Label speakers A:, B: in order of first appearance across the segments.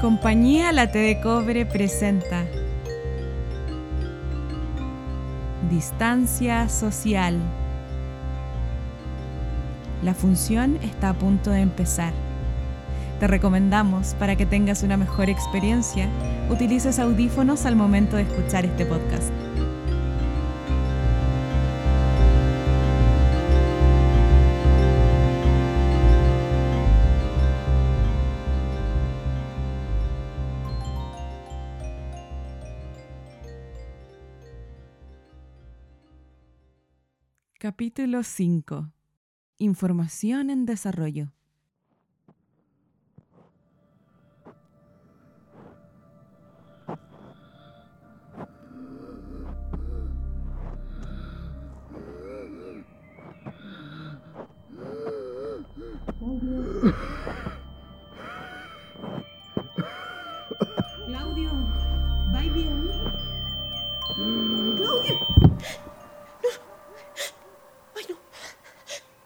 A: Compañía Late de Cobre presenta Distancia social. La función está a punto de empezar. Te recomendamos, para que tengas una mejor experiencia, utilices audífonos al momento de escuchar este podcast. Capítulo 5. Información en desarrollo.
B: Claudio, ¿vais bien? Claudio,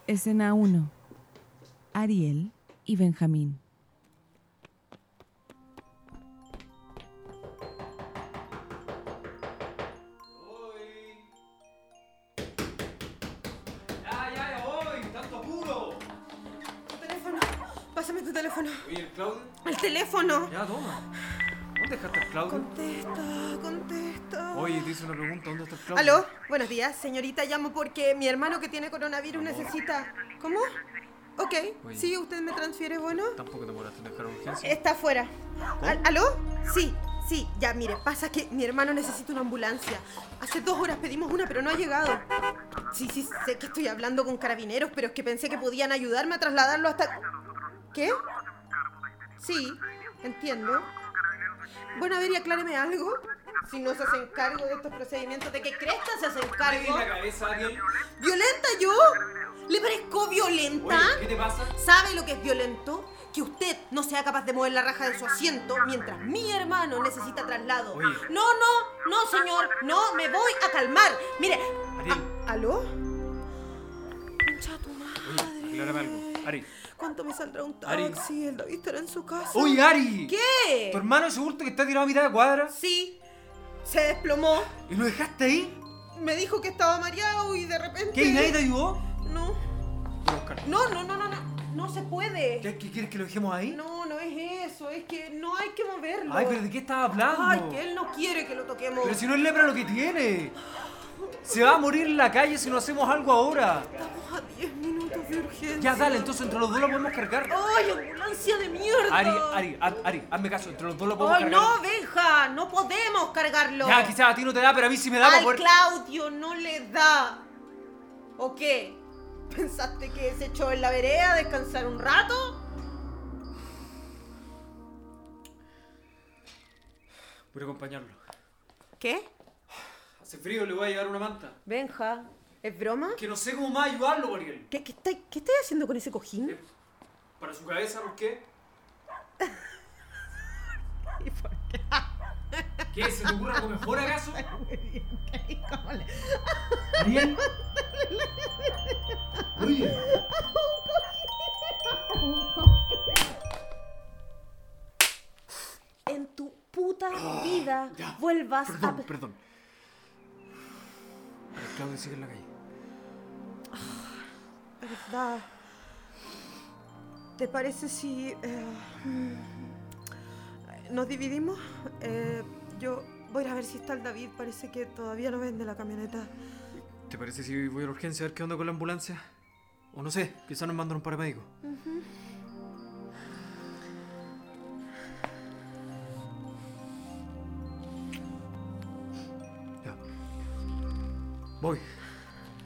A: Escena 1. Ariel y Benjamín.
C: ¡Ya, ya, ya voy! ¡Tanto apuro!
B: tu teléfono. Pásame tu teléfono.
C: Oye, ¿el Claudio?
B: El teléfono.
C: Ya, toma. ¿Dónde dejaste el Claudio?
B: Contesta, contesta.
C: Oye, te hice una pregunta. ¿Dónde está el Claudio?
B: Aló, buenos días, señorita. Llamo porque mi hermano que tiene coronavirus necesita. ¿Cómo? Ok,
C: Oye.
B: sí, usted me transfiere, bueno.
C: Tampoco te moraste en dejar urgencia.
B: Está afuera. Al- ¿Aló? Sí, sí, ya, mire, pasa que mi hermano necesita una ambulancia. Hace dos horas pedimos una, pero no ha llegado. Sí, sí, sé que estoy hablando con carabineros, pero es que pensé que podían ayudarme a trasladarlo hasta... ¿Qué? Sí, entiendo. Bueno, a ver, y acláreme algo. Si no se hacen cargo de estos procedimientos, ¿de qué cresta se hacen
C: ¿Qué te
B: cargo?
C: di la cabeza, Ariel?
B: ¿Violenta yo? ¿Le parezco violenta?
C: Oye, ¿qué te pasa?
B: ¿Sabe lo que es violento? Que usted no sea capaz de mover la raja de su asiento mientras mi hermano necesita traslado.
C: Oye.
B: No, no, no, señor. No, me voy a calmar. Mire.
C: Ariel.
B: a- ¿Aló? Concha tu madre.
C: Oye, aclárame algo. Ari.
B: ¿Cuánto me saldrá un
C: Ari.
B: taxi? El David estará en su casa.
C: ¡Oye, Ari!
B: ¿Qué?
C: ¿Tu hermano es seguro que está tirado a mitad de cuadra?
B: Sí, se desplomó.
C: ¿Y lo dejaste ahí?
B: Me dijo que estaba mareado y de repente.
C: ¿Qué? ¿Y nadie te ayudó?
B: No.
C: Voy a buscar.
B: No, no, no, no, no. No se puede.
C: ¿Qué, qué quieres que lo dejemos ahí?
B: No, no es eso, es que no hay que moverlo.
C: Ay, pero ¿de qué estás hablando?
B: Ay, que él no quiere que lo toquemos.
C: Pero si no es lepra lo que tiene. Se va a morir en la calle si no hacemos algo ahora.
B: Estamos a 10 minutos de urgencia.
C: Ya dale, entonces entre los dos lo podemos cargar.
B: ¡Ay, ambulancia de mierda!
C: Ari, Ari, Ari, Ari, hazme caso, entre los dos lo podemos
B: ¡Ay,
C: cargar.
B: no, Benja! ¡No podemos cargarlo!
C: Ya, quizás a ti no te da, pero a mí sí me da para
B: Al
C: poder...
B: Claudio no le da. ¿O qué? ¿Pensaste que se echó en la vereda a descansar un rato?
C: Voy a acompañarlo.
B: ¿Qué?
C: Hace frío, le voy a llevar una manta.
B: Benja, ¿es broma?
C: Que no sé cómo más ayudarlo, Ariel.
B: ¿Qué, qué, está- qué estás haciendo con ese cojín?
C: Para su cabeza, ¿por qué?
B: ¿Y por qué?
C: ¿Qué? ¿Se te ocurre algo mejor acaso?
B: ¿Cómo le-
C: Ariel. Oye.
B: En tu puta vida
C: ya.
B: vuelvas a...
C: Perdón,
B: pe-
C: perdón. Pero Claudio sigue en la calle.
B: ¿Verdad? ¿Te parece si... eh, mm, nos dividimos? Eh, yo voy a ir a ver si está el David. Parece que todavía no vende la camioneta.
C: ¿Te parece si voy a la urgencia a ver qué onda con la ambulancia? O no sé, quizás nos mandan un paramédico. Ya. Voy.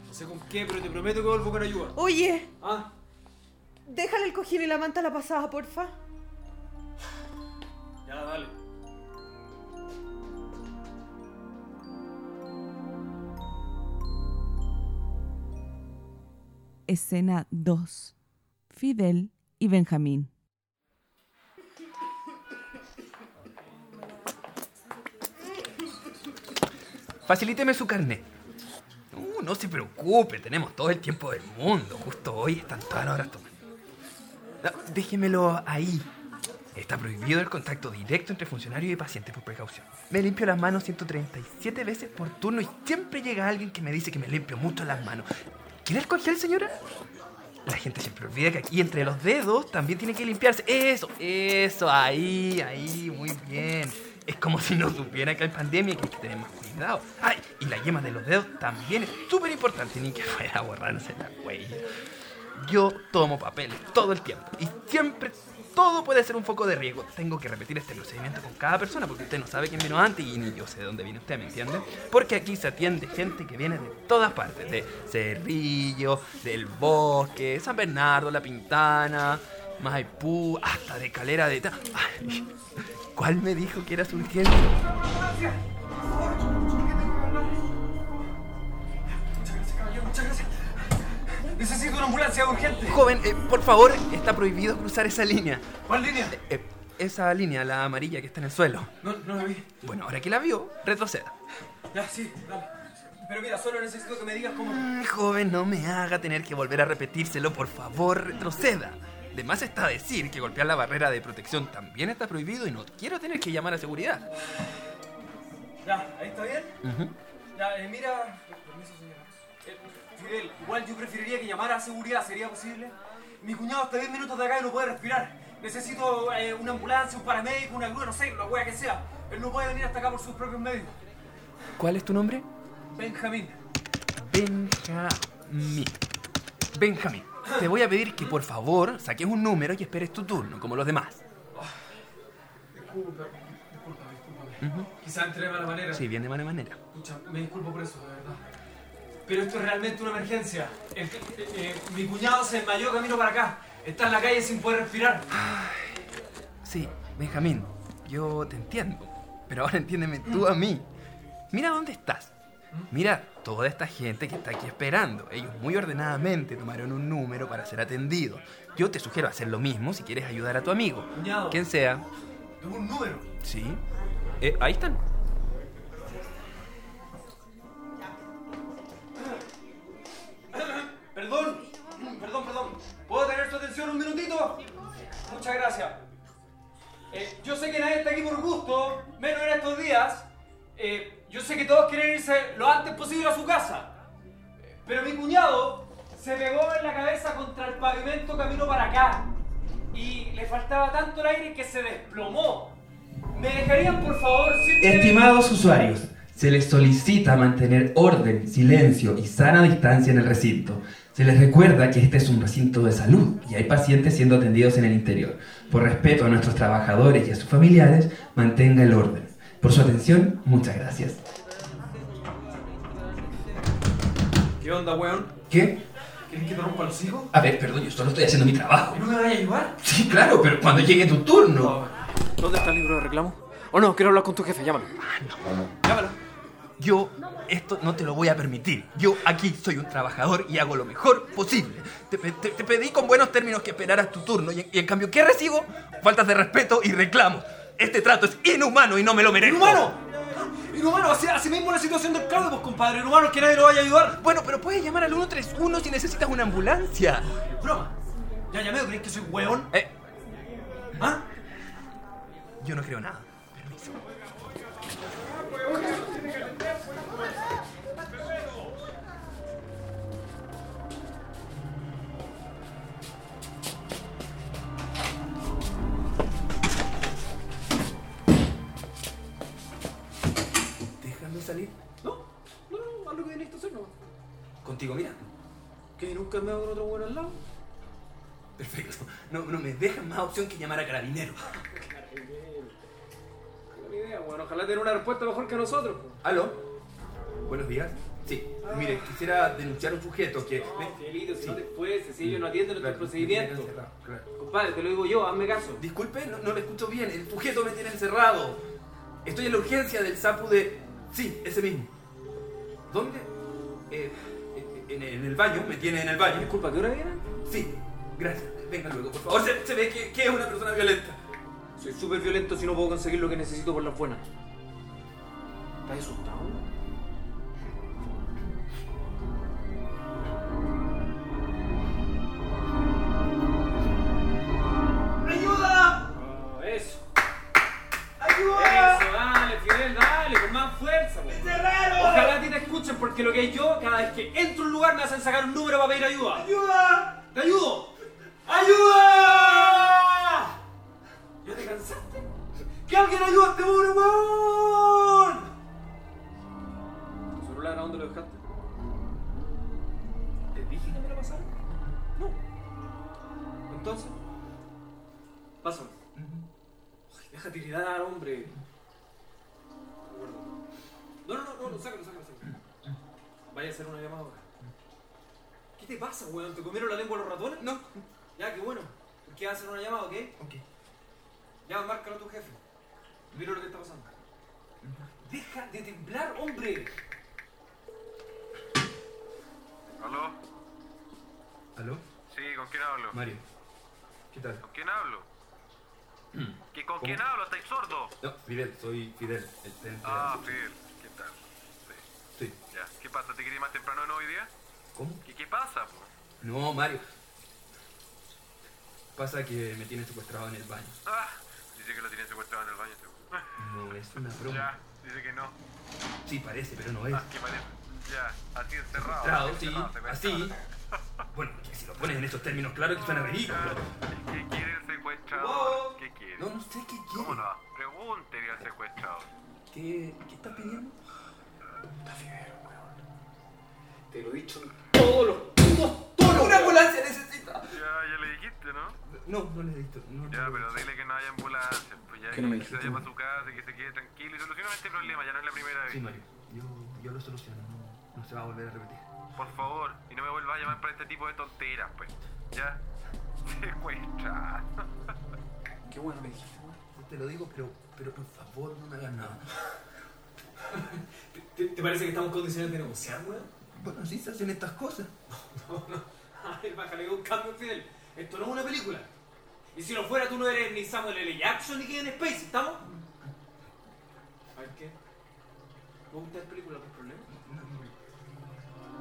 C: No sé con qué, pero te prometo que vuelvo con ayuda.
B: Oye,
C: Ah,
B: déjale el cojín y la manta a la pasada, porfa.
C: ya, dale.
A: Escena 2. Fidel y Benjamín.
D: Facilíteme su carnet. Uh, No, no se preocupe, tenemos todo el tiempo del mundo. Justo hoy están todas las horas tomando. No, déjemelo ahí. Está prohibido el contacto directo entre funcionarios y pacientes por precaución. Me limpio las manos 137 veces por turno y siempre llega alguien que me dice que me limpio mucho las manos. ¿Quiere el gel, señora? La gente siempre olvida que aquí entre los dedos también tiene que limpiarse. Eso, eso, ahí, ahí, muy bien. Es como si no supiera que hay pandemia y que hay que tener más cuidado. Ay, y la yema de los dedos también es súper importante, ni que fuera a borrarse la huella. Yo tomo papeles todo el tiempo y siempre todo puede ser un foco de riesgo. Tengo que repetir este procedimiento con cada persona porque usted no sabe quién vino antes y ni yo sé de dónde viene usted, ¿me entiende? Porque aquí se atiende gente que viene de todas partes, de Cerrillo, del Bosque, San Bernardo, La Pintana, Maipú, hasta de Calera de... Ta- Ay, ¿Cuál me dijo que era su urgencia?
C: Necesito una ambulancia urgente.
D: Joven, eh, por favor, está prohibido cruzar esa línea.
C: ¿Cuál línea?
D: Eh, esa línea, la amarilla que está en el suelo.
C: No, no la vi.
D: Bueno, ahora que la vio, retroceda.
C: Ya, sí, dale. Pero mira, solo necesito que me digas cómo.
D: Mm, Joven, no me haga tener que volver a repetírselo, por favor, retroceda. De más está decir que golpear la barrera de protección también está prohibido y no quiero tener que llamar a seguridad.
C: Ya, ¿ahí está bien? Ya, eh, mira. Permiso, señora. Eh, Fidel, igual yo preferiría que llamara a seguridad, ¿sería posible? Mi cuñado está 10 minutos de acá y no puede respirar. Necesito eh, una ambulancia, un paramédico, una grúa, no sé, la wea que sea. Él no puede venir hasta acá por sus propios medios.
D: ¿Cuál es tu nombre?
C: Benjamín.
D: Benjamín. Benjamín, te voy a pedir que por favor saques un número y esperes tu turno, como los demás.
C: Disculpa, disculpa, disculpa. Quizá entré de mala manera.
D: Si viene de mala manera.
C: Pucha, me disculpo por eso, de verdad. Pero esto es realmente una emergencia. El- eh, eh, mi cuñado se desmayó camino para acá. Está en la calle sin poder respirar.
D: Sí, Benjamín, yo te entiendo, pero ahora entiéndeme tú a mí. Mira dónde estás. Mira toda esta gente que está aquí esperando. Ellos muy ordenadamente tomaron un número para ser atendidos. Yo te sugiero hacer lo mismo si quieres ayudar a tu amigo.
C: Cuñado.
D: Quien sea.
C: Tengo un número.
D: Sí. Eh, ahí están.
C: Perdón, perdón, perdón. ¿Puedo tener su atención un minutito? Muchas gracias. Eh, yo sé que nadie está aquí por gusto, menos en estos días. Eh, yo sé que todos quieren irse lo antes posible a su casa. Eh, Pero mi cuñado se pegó en la cabeza contra el pavimento camino para acá. Y le faltaba tanto el aire que se desplomó. ¿Me dejarían, por favor, simplemente-
D: Estimados usuarios, se les solicita mantener orden, silencio y sana distancia en el recinto. Se les recuerda que este es un recinto de salud y hay pacientes siendo atendidos en el interior. Por respeto a nuestros trabajadores y a sus familiares, mantenga el orden. Por su atención, muchas gracias.
E: ¿Qué onda, weón?
D: ¿Qué?
E: ¿Quieres que te rompa los hijos?
D: A ver, perdón, yo solo estoy haciendo mi trabajo.
C: ¿No me vaya a ayudar?
D: Sí, claro, pero cuando llegue tu turno.
E: ¿Dónde está el libro de reclamo? Oh no, quiero hablar con tu jefe, llámalo. Llámalo.
D: Yo esto no te lo voy a permitir. Yo aquí soy un trabajador y hago lo mejor posible. Te, pe- te- te pedí con buenos términos que esperaras tu turno y, en- y en cambio, ¿qué recibo? Faltas de respeto y reclamos. Este trato es inhumano y no me lo merezco.
C: ¡Inhumano! ¡Inhumano! Así, así mismo la situación del Claudio, pues, compadre. ¡Inhumano! Que nadie lo vaya a ayudar.
D: Bueno, pero puedes llamar al 131 si necesitas una ambulancia.
C: Broma. Ya llamé, ¿crees que soy hueón?
D: Eh,
C: ¿Ah?
D: yo no creo nada. Permiso. Déjame salir
C: No, no, no, haz lo que necesito hacer, no.
D: contigo, mira.
C: Que nunca me hago con otro hueón al lado.
D: Perfecto. No, no me dejan más opción que llamar a carabineros.
C: Buena idea, hueón. Ojalá tenga una respuesta mejor que nosotros. pues. po.
D: ¿Aló? Buenos días. Sí, mire, quisiera denunciar un sujeto que...
C: No, Fielito, si no
D: Sí.
C: te puedes, Cecilio, no atiende nuestros
D: Claro,
C: procedimientos.
D: me tienen encerrado, claro.
C: Compadre, te lo digo yo, hazme caso.
D: Disculpe, no, no le escucho bien. El sujeto me tiene encerrado. Estoy en la urgencia del sapu de... Sí, ese mismo. ¿Dónde? Eh, en, en el baño, me tiene en el baño.
C: Disculpa, ¿qué hora era?
D: Sí, gracias. Venga luego, por favor. Se, se ve que, que es una persona violenta.
C: Soy súper violento si no puedo conseguir lo que necesito por las buenas. ¿Estás asustado? ¡Ayuda! porque lo que hay yo, cada vez que entro a un lugar me hacen sacar un número para pedir ayuda.
F: ¡Ayuda!
C: ¡Te ayudo! ¡Ayuda! ¿Ya te cansaste? ¡Que alguien ayude a este pobre weón! ¿Tu celular a dónde lo dejaste? ¿Te dije que me lo pasara? No. Entonces, pásame. Ay, deja tirar, hombre. Gordo. No, no, no, no, no, sácalo, sácalo, sácalo. Vaya a hacer una llamada ahora. ¿Qué te pasa, weón? ¿Te comieron la lengua los ratones?
D: No.
C: Ya, qué bueno. Porque va a hacer una llamada, ¿ok?
D: Ok.
C: Ya, márcalo a tu jefe. Mira lo que está pasando. Deja de temblar, hombre.
G: ¿Aló?
D: ¿Aló?
G: Sí, ¿con quién hablo?
D: Mario. ¿Qué tal?
G: ¿Con quién hablo? ¿Que con quién
D: ¿Cómo?
G: hablo? ¿Estáis sordo?
D: No, Fidel, soy Fidel, el teniente.
G: Ah, Fidel, ¿qué tal? Sí,
D: Sí.
G: ya. ¿Qué pasa? ¿Te querías más temprano no hoy día?
D: ¿Cómo?
G: ¿Qué, qué pasa, po?
D: No, Mario. Pasa que me tiene secuestrado en el baño.
G: Ah, dice que lo tienen secuestrado en el baño, seguro.
D: No, es una
G: Ya,
D: broma.
G: dice que no.
D: Sí, parece, pero no es.
G: Ah, ¿qué parece? Ya, así encerrado.
D: Secuestrado,
G: así
D: sí,
G: encerrado, secuestrado.
D: así. Bueno, que si lo pones en esos términos, claro que suena
G: Ya,
D: ridículo.
G: ¿Qué quiere el secuestrador?
C: Wow.
G: ¿Qué quiere?
D: No, no sé qué
G: ¿Cómo
D: quiere.
G: no? Pregúntele al secuestrador.
D: ¿Qué, ¿Qué está pidiendo?
C: Te lo he dicho todos los putos toros.
D: ¡Una ambulancia necesita!
G: Ya, ya le dijiste, ¿no?
D: No, no le he visto. No,
G: Ya, pero dile que no haya ambulancia, pues ya
E: Que no me
G: que se vaya
E: dijiste.
G: para su casa, que se quede tranquilo y solucioname este problema, ya no es la primera vez.
D: Sí, Mario, yo, yo lo soluciono. No, no se va a volver a repetir.
G: Por favor, y no me vuelvas a llamar para este tipo de tonteras, pues. Ya. Secuestra.
C: Qué bueno me dijiste, weón.
D: Yo te lo digo, pero, pero por favor no me hagas nada.
C: ¿Te, te parece que estamos en condiciones de negociar, weón?
D: Bueno, así se hacen estas cosas.
C: No, no. A ver, bájale un cambio, Fidel. Esto no es una película. Y si lo fuera, tú no eres ni Samuel L. Jackson ni Kevin Spacey, ¿estamos? A ver, ¿qué? ¿Vos gustas películas con problemas?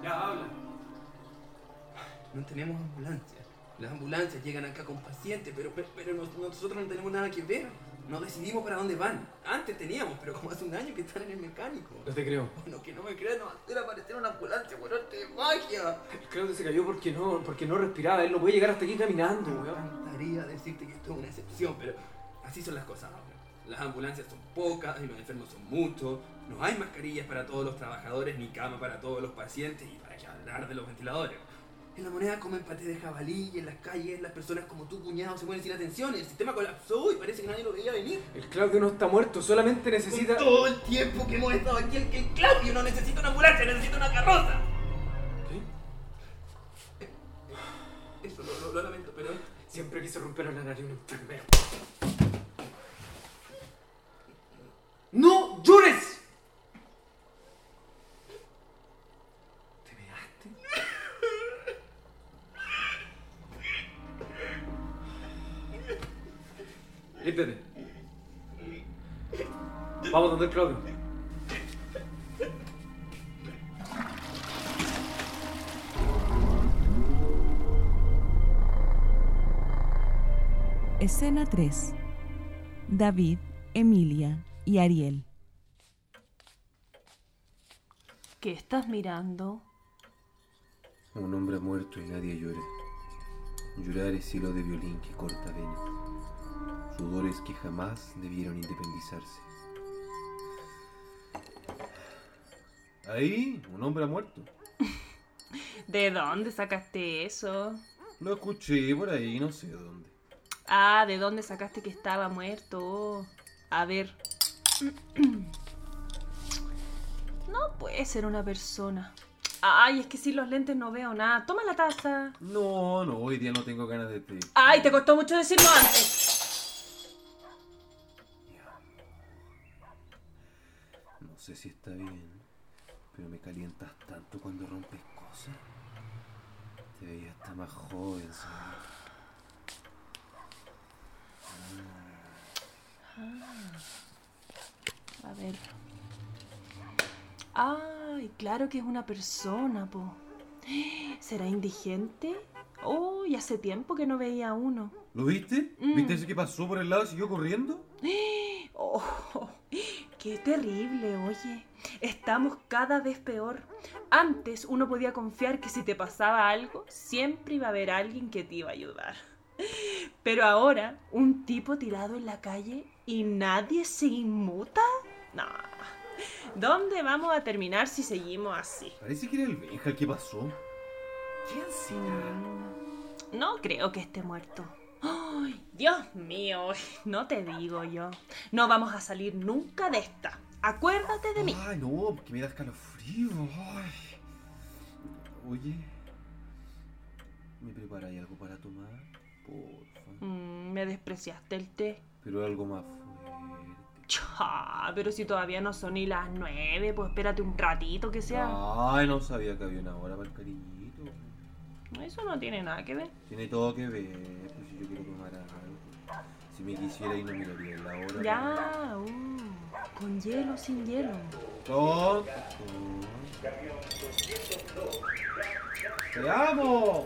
C: Ya, habla.
D: No tenemos ambulancia. Las ambulancias llegan acá con pacientes, pero, pero, pero nos- nosotros no tenemos nada que ver. No decidimos para dónde van. Antes teníamos, pero como hace un año que están en el mecánico.
E: No te creo.
D: Bueno, que no me crean, nos va a hacer aparecer una ambulancia, bueno, arte de magia.
C: Creo que se cayó porque no, porque no respiraba. Él no puede llegar hasta aquí caminando,
D: Me encantaría decirte que esto es una excepción, pero así son las cosas ahora. Las ambulancias son pocas y los enfermos son muchos. No hay mascarillas para todos los trabajadores, ni cama para todos los pacientes, y para qué hablar de los ventiladores. En la moneda comen paté de jabalí y en las calles las personas como tu cuñado se mueren sin atención. El sistema colapsó y parece que nadie lo veía venir.
C: El Claudio no está muerto, solamente necesita.
D: Con todo el tiempo que hemos estado aquí, el que el Claudio no necesita una ambulancia, necesita una carroza.
C: ¿Qué?
D: Eso lo, lo- lo lamento, pero
C: Siempre quise romper la nariz un enfermero. ¡No llores! ¿Te measte? Límpiate. Vamos donde el Claudio.
A: Escena 3. David, Emilia y Ariel.
H: ¿Qué estás mirando?
I: Un hombre ha muerto y nadie llora. Llorar es hilo de violín que corta venas. Sudores que jamás debieron independizarse. Ahí, un hombre ha muerto.
H: ¿De dónde sacaste eso?
I: Lo escuché por ahí, no sé dónde.
H: Ah, ¿de dónde sacaste que estaba muerto? A ver. No puede ser una persona. Ay, es que sin los lentes no veo nada. Toma la taza.
I: No, no, hoy día no tengo ganas de té.
H: Ay, te costó mucho decirlo antes.
I: No sé si está bien, pero me calientas tanto cuando rompes cosas. Te veía hasta más joven, Sara.
H: A ver. Ay, claro que es una persona, po. ¿Será indigente? Oh, y hace tiempo que no veía a uno.
I: ¿Lo viste? ¿Viste
H: Mm.
I: ese que pasó por el lado y siguió corriendo?
H: Oh, qué terrible, oye. Estamos cada vez peor. Antes uno podía confiar que si te pasaba algo, siempre iba a haber alguien que te iba a ayudar. Pero ahora, un tipo tirado en la calle y nadie se inmuta? No. ¿Dónde vamos a terminar si seguimos así?
I: Parece que era el Benja el que pasó.
D: ¿Quién será?
H: No creo que esté muerto. ¡Ay, Dios mío! No te digo yo. No vamos a salir nunca de esta. Acuérdate de mí.
I: Ay, no, porque me da escalofrío. Ay. Oye, ¿me preparáis algo para tomar? Porfa.
H: Mm, me despreciaste el té.
I: Pero algo más fuerte.
H: Cha, pero si todavía no son ni las nueve, pues espérate un ratito que sea.
I: Ay, no sabía que había una hora para el cariñito.
H: Eso no tiene nada que ver.
I: Tiene todo que ver, pues si yo quiero tomar algo. Si me quisiera y no miraría la hora.
H: Ya, uh, con hielo, sin hielo.
I: Tonto. ¡Te amo!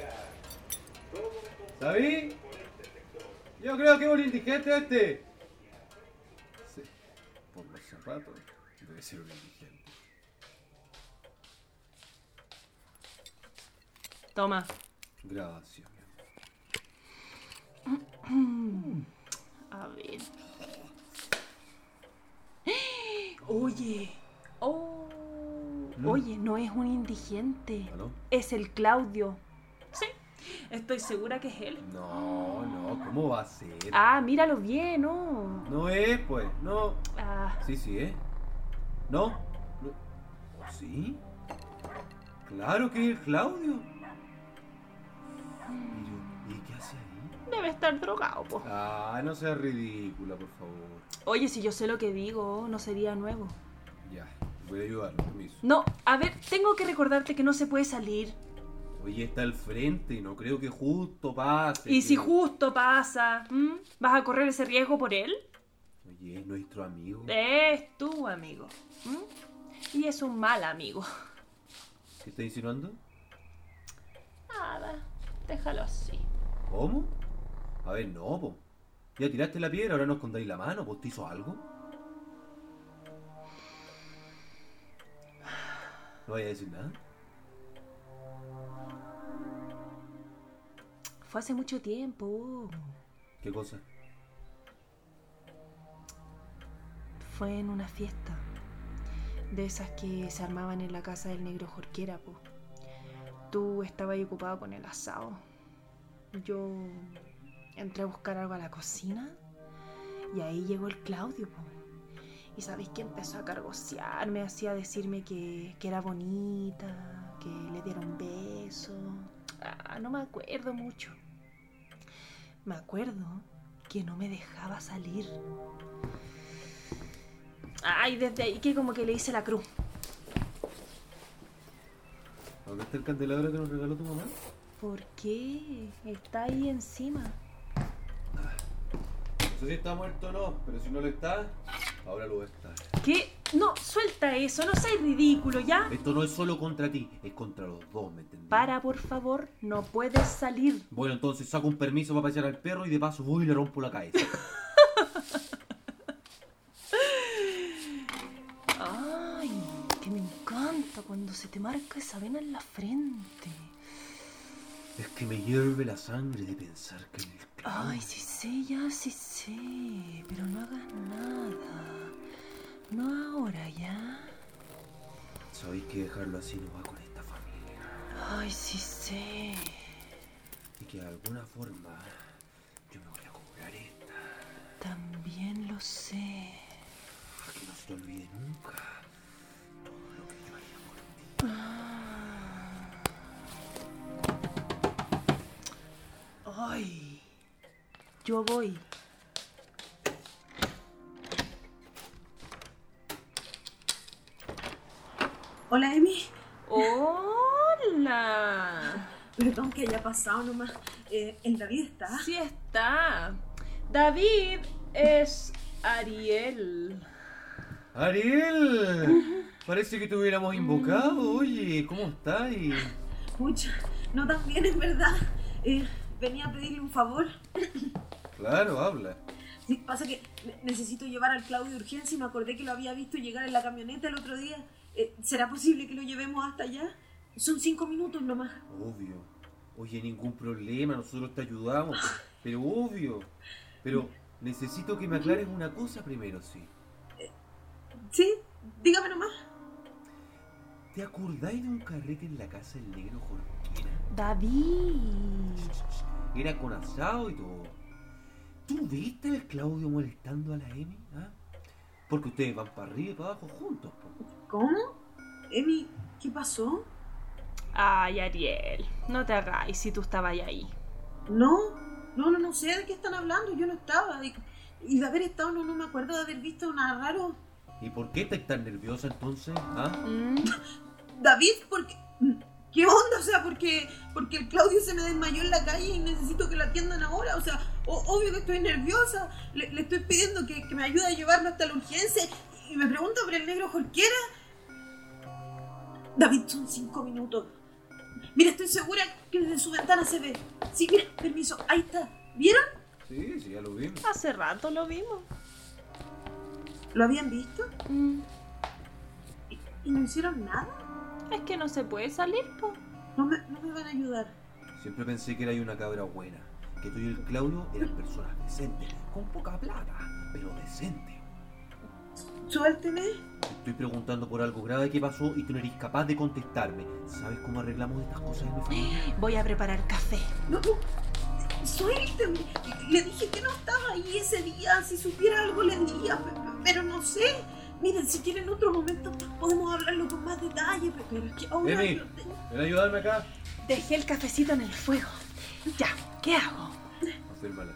I: ¿Sabí? Yo creo que es un indigente este. Sí, Por los zapatos, debe ser un indigente.
H: Toma.
I: Gracias, mi amor.
H: A ver. Oye. Oh. Oye, no es un indigente.
I: ¿Ah, no?
H: Es el Claudio. Sí, estoy segura que es él.
I: No, no, ¿cómo va a ser?
H: Ah, míralo bien, ¿no?
I: No es, pues, no.
H: Ah,
I: Sí, sí, ¿eh? ¿No? no. ¿O ¿Sí? Claro que es Claudio. Pero, ¿y qué hace ahí?
H: debe estar drogado, po.
I: Ah, no seas ridícula, por favor.
H: Oye, si yo sé lo que digo, no sería nuevo.
I: Ya, voy a ayudarlo, permiso.
H: No, a ver, tengo que recordarte que no se puede salir.
I: Oye, está al frente y no creo que justo pase.
H: y
I: que-
H: si justo pasa, ¿m? ¿vas a correr ese riesgo por él?
I: Oye, es nuestro amigo.
H: Eh. Es tu amigo. ¿m? Y es un mal amigo.
I: ¿Qué está insinuando?
H: Nada, Ah, déjalo así.
I: ¿Cómo? A ver, no, po. Ya tiraste la piedra, ahora nos contáis la mano, po. ¿Te hizo algo? ¿No vaya a decir nada?
H: Fue hace mucho tiempo.
I: ¿Qué cosa?
H: Fue en una fiesta. De esas que se armaban en la casa del negro Jorquera, po. Tú estabas ahí ocupado con el asado. Yo entré a buscar algo a la cocina y ahí llegó el Claudio, po. Y sabéis que empezó a cargosearme, así a decirme que, que era bonita, que le diera un beso. Ah, no me acuerdo mucho. Me acuerdo que no me dejaba salir. Ay, desde ahí que como que le hice la cruz.
I: ¿Dónde está el candelabro que nos regaló tu mamá?
H: ¿Por qué? Está ahí encima.
I: No sé si está muerto o no, pero si no lo está, ahora lo va a estar.
H: ¿Qué? No, suelta eso, no seas ridículo, ¿ya?
I: Esto no es solo contra ti, es contra los dos, ¿me entendés?
H: Para, por favor, no puedes salir.
I: Bueno, entonces saco un permiso para pasear al perro y de paso voy y le rompo la cabeza.
H: Ay, que me encanta cuando se te marca esa vena en la frente.
I: es que me hierve la sangre de pensar que en el
H: Ay, sí sé, ya, sí sé, pero no hagas nada. No ahora, ¿ya?
I: Sabéis que dejarlo así no va con esta familia.
H: Ay, sí sé.
I: Y que de alguna forma yo me voy a cobrar esta.
H: También lo sé.
I: Que no se te olvide nunca.
H: Ay, yo voy.
F: Hola, Emi.
H: Hola.
F: Perdón que haya pasado nomás. Eh, el David está.
H: Sí está. David es Ariel.
I: ¡Ariel! Parece que te hubiéramos invocado. Oye, ¿cómo estás?
F: Pucha, no tan bien, en verdad. Eh, venía a pedirle un favor.
I: Claro, habla.
F: Sí, pasa que ne- necesito llevar al Claudio de urgencia y me acordé que lo había visto llegar en la camioneta el otro día. Eh, ¿Será posible que lo llevemos hasta allá? Son cinco minutos nomás.
I: Obvio. Oye, ningún problema, nosotros te ayudamos. Pero obvio. Pero necesito que me aclares una cosa primero, sí.
F: Sí, dígame nomás.
I: ¿Te acordáis de un carrete en la casa del negro Jorquera?
H: David.
I: Era con asado y todo. ¿Tú viste al Claudio molestando a la Emi? ah? Porque ustedes van para arriba y para abajo juntos, po.
F: ¿Cómo? Emi, ¿qué pasó?
H: Ay, Ariel, no te hagáis si tú estabas ahí.
F: No, no, no, no sé de qué están hablando. Yo no estaba. Y, y de haber estado, no, no me acuerdo de haber visto nada raro.
I: ¿Y por qué estás tan nerviosa entonces? ah?
H: Mm.
F: David, porque ¿Qué onda? O sea, porque, porque el Claudio se me desmayó en la calle y necesito que lo atiendan ahora. O sea, o- obvio que estoy nerviosa. Le, le estoy pidiendo que, que me ayude a llevarlo hasta la urgencia y me pregunta por el negro Jorquera. David, son cinco minutos. Mira, estoy segura que desde su ventana se ve. Sí, mira, permiso, ahí está. ¿Vieron?
I: Sí, sí, ya lo vimos.
H: Hace rato lo vimos.
F: ¿Lo habían visto?
H: Mm.
F: ¿Y no hicieron nada?
H: Es que no se puede salir, po.
F: No me, no me van a ayudar.
I: Siempre pensé que era una cabra buena. Que tú y el Claudio eran personas decentes, con poca plata, pero decentes.
F: Suélteme.
I: Te Estoy preguntando por algo grave que pasó y tú no eres capaz de contestarme. ¿Sabes cómo arreglamos estas cosas en mi familia?
H: Voy a preparar café.
F: No, no. Suélteme. Le dije que no estaba ahí ese día. Si supiera algo le diría, pe- pe- pero no sé. Miren, si quieren otro momento podemos hablarlo con más detalle, pe- pero es que ahora
I: Emi.
F: yo te-
I: ¿Ven a ayudarme acá?
H: Dejé el cafecito en el fuego. Ya, ¿qué hago?
I: Afírmala.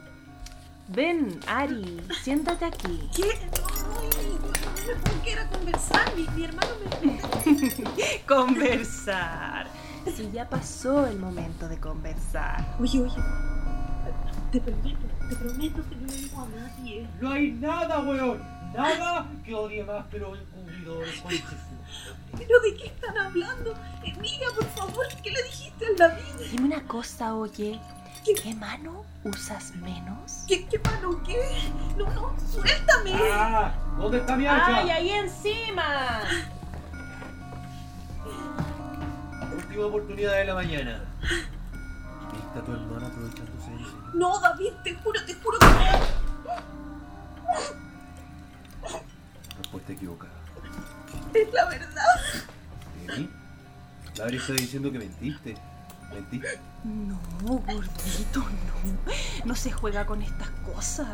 H: Ven, Ari, siéntate aquí.
F: ¿Qué? No, no quiero conversar. Mi, mi hermano me... me-
H: Conversar. Si ya pasó el momento de conversar.
F: Oye, oye. Te prometo, te prometo que no le digo a nadie.
I: No hay nada, weón. Nada que odie más, pero encubridores.
F: ¿Pero de qué están hablando? Emilia, por favor, ¿qué le dijiste al David?
H: Dime una cosa, oye.
F: ¿Qué?
H: ¿Qué mano usas menos?
F: ¿Qué, qué mano? ¿Qué? No, no, suéltame.
I: ¡Ah! ¿Dónde está mi hacha?
H: ahí encima!
I: Última oportunidad de la mañana. ¿Viste a tu hermana aprovechándose de eso?
F: No, David, te juro, te juro que no.
I: Respuesta equivocada.
F: Es la verdad.
I: ¿Emi? La Ari está diciendo que mentiste. Mentiste.
H: No, gordito, no. No se juega con estas cosas.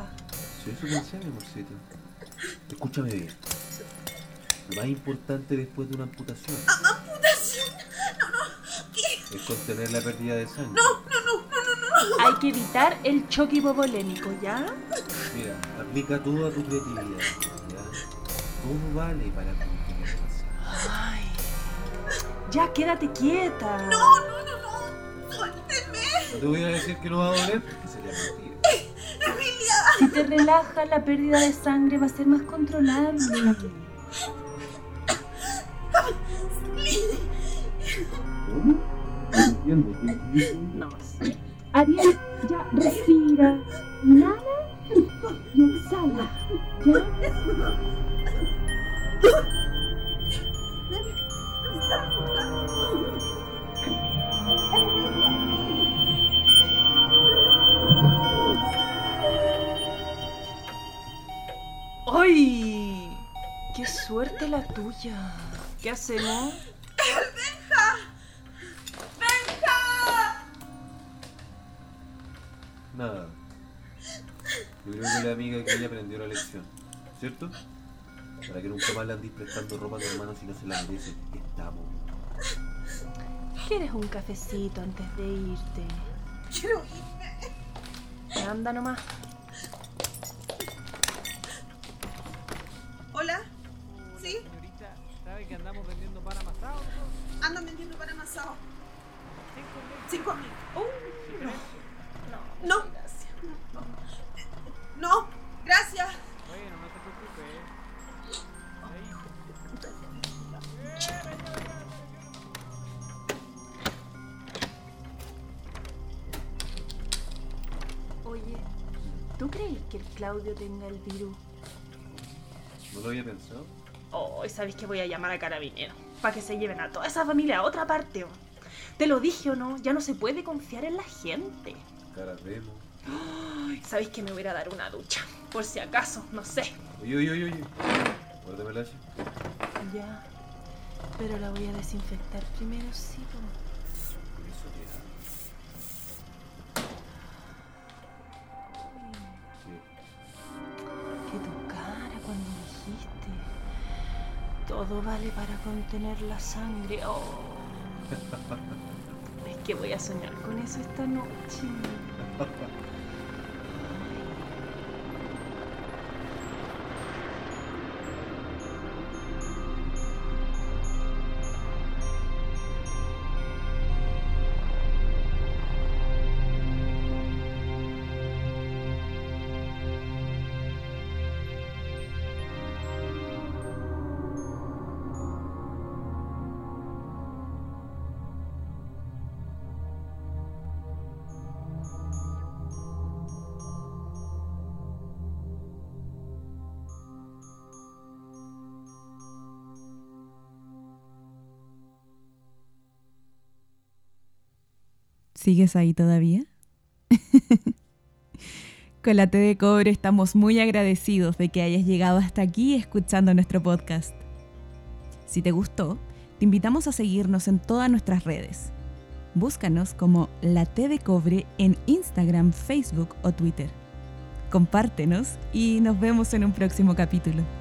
I: Si eso pensé, mi amorcito. Escúchame bien. Lo más importante después de una amputación
F: Ah,
I: es contener la pérdida de sangre.
H: Hay que evitar el choque hipovolémico, ¿ya?
I: Mira, aplica toda tu creatividad. ¿ya? Todo vale para continuar avanzando.
H: Ay. Ya, quédate quieta.
F: No, no, no. Suélteme,
I: No te voy a decir que no va a doler porque sería mentira.
F: Emilia.
H: Si te relajas, la pérdida de sangre va a ser más controlable.
I: ¿Cómo? No entiendo. ¿qué- qué- qué-
H: No sé. Ariel, ya, respira. Inhala y exhala. ¿Ya? ¡Ay! ¡Qué suerte la tuya! ¿Qué hacemos?
I: Nada. Yo creo que la amiga que ella aprendió la lección, ¿cierto? Para que nunca más le andes prestando ropa a tu hermano si no se la merece. Estamos.
H: ¿Quieres un cafecito antes de irte?
F: Quiero
H: Anda nomás.
F: Hola. Sí.
C: Señorita, ¿sabe que andamos vendiendo pan amasado?
F: Ando vendiendo para amasado. Cinco mil. Uh, no. No. No. Gracias.
C: Bueno, no te preocupes.
H: Oye, Claudio tenga el virus.
I: No lo había pensado.
H: Oh, ¿sabes que voy a llamar a carabineros? Para que se lleven a toda esa familia a otra parte. oh. Te lo dije o no, ya no se puede confiar en la gente.
I: Cara vemos.
H: Ay, ¿Sabes que me voy a ir a dar una ducha? Por si acaso, no sé.
I: Oye, oye, oye, oye. Guárdame el hacha.
H: Ya, pero la voy a desinfectar primero, sí.
I: Por eso que- Sí.
H: Que tu cara cuando dijiste. Todo vale para contener la sangre. Oh. Es que voy a soñar con eso esta noche.
A: ¿Sigues ahí todavía? Con la T de Cobre estamos muy agradecidos de que hayas llegado hasta aquí escuchando nuestro podcast. Si te gustó, te invitamos a seguirnos en todas nuestras redes. Búscanos como La T de Cobre en Instagram, Facebook o Twitter. Compártenos y nos vemos en un próximo capítulo.